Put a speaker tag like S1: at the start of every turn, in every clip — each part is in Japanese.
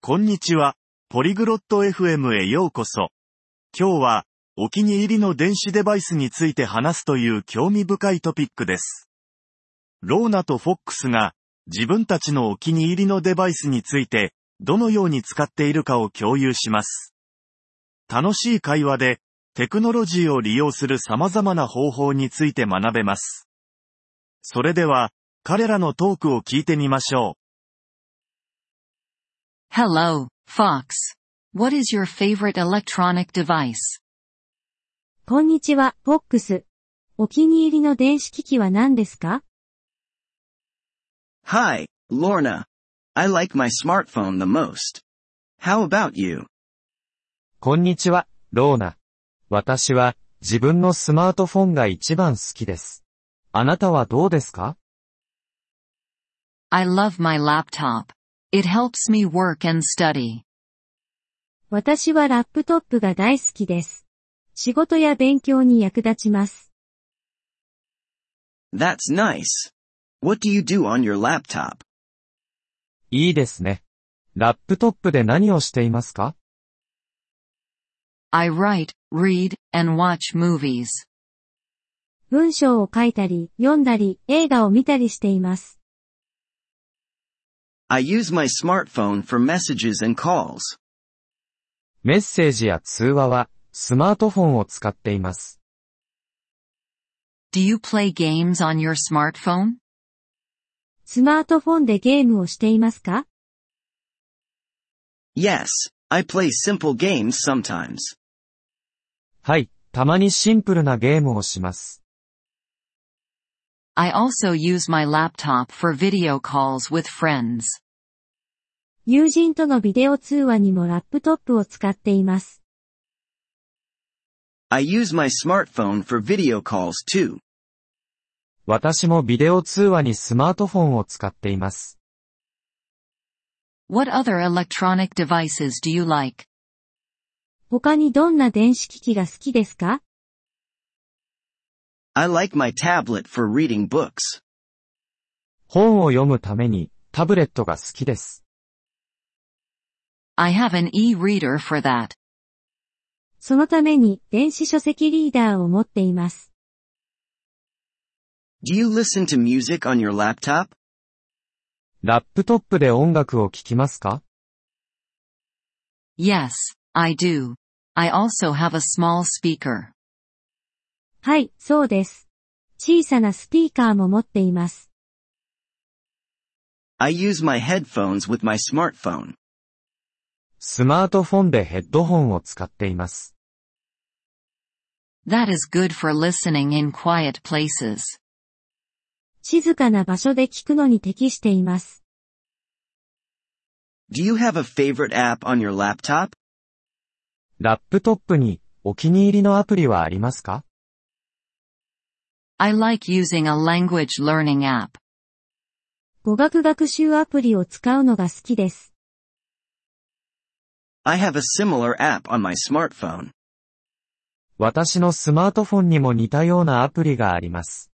S1: こんにちは。ポリグロット FM へようこそ。今日は、お気に入りの電子デバイスについて話すという興味深いトピックです。ローナとフォックスが、自分たちのお気に入りのデバイスについて、どのように使っているかを共有します。楽しい会話で、テクノロジーを利用する様々な方法について学べます。それでは、彼らのトークを聞いてみましょう。
S2: Hello, Fox. What is your favorite electronic device?
S3: こんにちは、フォックス。お気に入りの電子機器は何ですか
S4: Hi, Lorna. I like my smartphone the most. How about you?
S5: こんにちは、ローナ。私は、自分のスマートフォンが一番好きです。あなたはどうですか
S2: I love my laptop. It helps me work and study.
S3: 私はラップトップが大好きです。仕事や勉強に役立ちます。
S4: That's nice. What do you do on your laptop?
S5: いいですね。ラップトップで何をしていますか
S2: I write, read, and watch movies.
S3: 文章を書いたり、読んだり、映画を見たりしています。
S4: I use my smartphone for messages and calls.
S5: メッセージや通話は、スマートフォンを使っています。
S2: Do you play games on your smartphone?
S3: スマートフォンでゲームをしていますか
S4: Yes, I play simple games sometimes.
S5: はい、たまにシンプルなゲームをします。
S2: I also use my laptop for video calls with friends.
S3: 友人とのビデオ通話にもラップトップを使っています。
S4: I use my smartphone for video calls too.
S5: 私もビデオ通話にスマートフォンを使っています。
S2: What other electronic devices do you like?
S3: 他にどんな電子機器が好きですか
S4: I like my tablet for reading books.
S5: 本を読むために、タブレットが好きです。
S2: I have an e-reader for that.
S3: そのために電子書籍リーダーを持っています。
S4: Do you listen to music on your laptop?
S5: ラップトップで音楽を聴きますか
S2: Yes, I do. I also have a small speaker.
S3: はい、そうです。小さなスピーカーも持っています。
S4: I use my headphones with my smartphone.
S5: スマートフォンでヘッドホンを使っています。
S2: That is good for listening in quiet places.
S3: 静かな場所で聞くのに適しています。
S4: Do you have a favorite app on your laptop?
S5: ラップトップにお気に入りのアプリはありますか
S2: I like using a language learning app.
S3: 語学学習アプリを使うのが好きです。
S4: I have a similar app on my smartphone.
S5: 私のスマートフォンにも似たようなアプリがあります。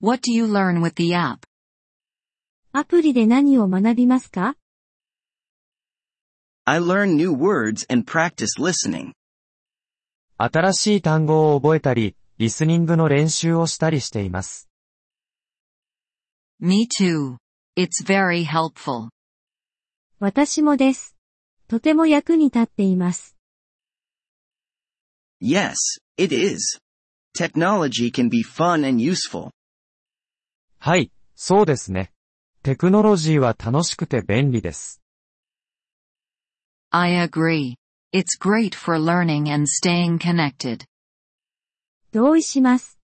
S2: What do you learn with the app?
S3: アプリで何を学びますか
S4: I learn new words and practice listening.
S5: 新しい単語を覚えたり、リスニングの練習をしたりしています。
S2: Me too. It's very helpful.
S3: 私もです。とても役に立っています。
S4: Yes, it is. Technology can be fun and useful.
S5: はい、そうですね。テクノロジーは楽しくて便利です。
S2: I agree. It's great for learning and staying connected.
S3: 同意します。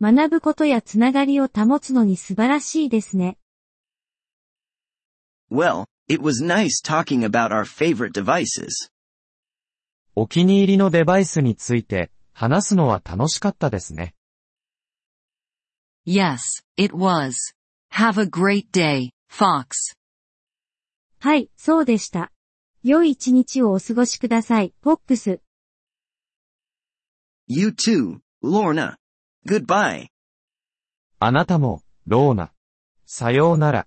S3: 学ぶことやつながりを保つのに素晴らしいですね。
S4: Well, it was nice talking about our favorite devices.
S5: お気に入りのデバイスについて話すのは楽しかったですね。
S2: Yes, it was. Have a great day, Fox.
S3: はい、そうでした。良い一日をお過ごしください、フォックス。
S4: You too, Lorna. Goodbye.
S5: あなたも、ローナ。さようなら。